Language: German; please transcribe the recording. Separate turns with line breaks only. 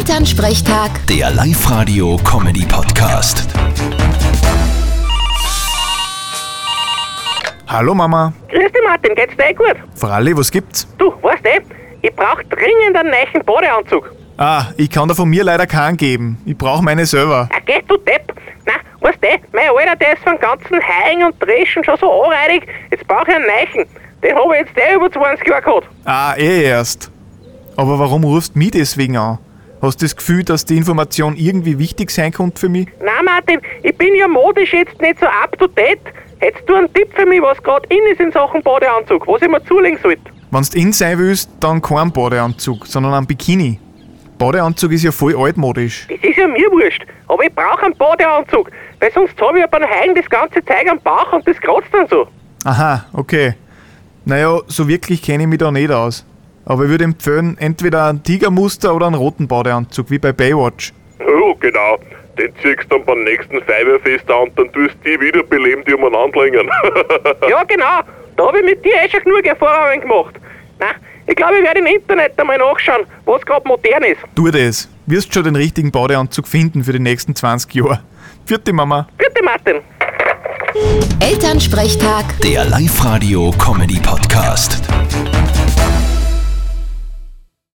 Elternsprechtag,
Der Live-Radio-Comedy-Podcast.
Hallo Mama.
Grüß dich Martin, geht's dir eh gut?
Fralli, was gibt's?
Du, weißt eh, ich brauch dringend einen neuen Badeanzug.
Ah, ich kann da von mir leider keinen geben. Ich brauche meine selber.
Ah, geh, du Depp! Na, weißt eh, mein Alter, der ist von ganzen Haien und Dreschen schon so anreinig, jetzt brauch ich einen neuen. Den habe ich jetzt eh über 20 Jahre gehabt.
Ah, eh erst. Aber warum rufst du mich deswegen an? Hast du das Gefühl, dass die Information irgendwie wichtig sein könnte für mich?
Na Martin, ich bin ja modisch jetzt nicht so up to date. Hättest du einen Tipp für mich, was gerade in ist in Sachen Badeanzug, was ich mir zulegen sollte?
Wenn du in sein willst, dann kein Badeanzug, sondern ein Bikini. Badeanzug ist ja voll altmodisch.
Das ist ja mir wurscht, aber ich brauch einen Badeanzug, weil sonst habe ich ja beim Haien das ganze Zeug am Bauch und das kratzt dann so.
Aha, okay. Naja, so wirklich kenne ich mich da nicht aus. Aber ich würde empfehlen, entweder ein Tigermuster oder einen roten Badeanzug, wie bei Baywatch.
Ja, genau. Den ziehst du dann beim nächsten Feuerwehrfest an und dann tust du die wiederbeleben, die umeinander hängen.
Ja, genau. Da habe ich mit dir eh schon genug Erfahrungen gemacht. Na, ich glaube, ich werde im Internet einmal nachschauen, was gerade modern ist.
Tu das. Wirst schon den richtigen Badeanzug finden für die nächsten 20 Jahre. Vierte Mama.
Bitte, Martin.
Elternsprechtag.
Der Live-Radio-Comedy-Podcast.